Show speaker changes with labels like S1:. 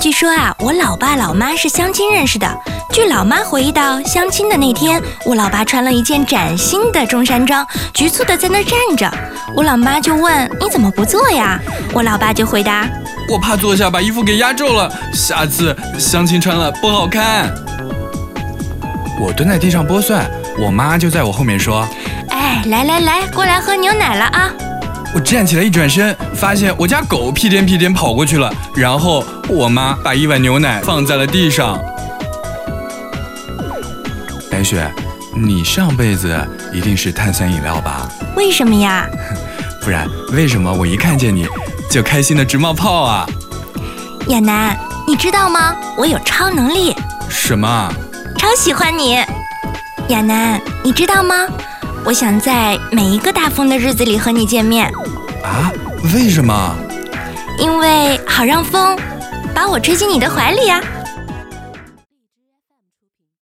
S1: 据说啊，我老爸老妈是相亲认识的。据老妈回忆到，相亲的那天，我老爸穿了一件崭新的中山装，局促的在那儿站着。我老妈就问：“你怎么不坐呀？”我老爸就回答
S2: 我怕坐下把衣服给压皱了，下次相亲穿了不好看。我蹲在地上剥蒜，我妈就在我后面说。：“
S1: 哎，来来来，过来喝牛奶了啊！”
S2: 我站起来一转身，发现我家狗屁颠屁颠跑过去了，然后我妈把一碗牛奶放在了地上。白雪，你上辈子一定是碳酸饮料吧？
S1: 为什么呀？
S2: 不然为什么我一看见你就开心的直冒泡啊？
S1: 亚楠，你知道吗？我有超能力，
S2: 什么？
S1: 超喜欢你。亚楠，你知道吗？我想在每一个大风的日子里和你见面，
S2: 啊？为什么？
S1: 因为好让风把我吹进你的怀里呀、啊。